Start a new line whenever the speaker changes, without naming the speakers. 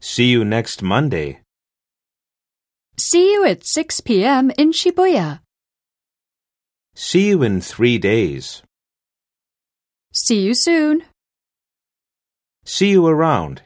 See you next Monday.
See you at 6 p.m. in Shibuya.
See you in three days.
See you soon.
See you around.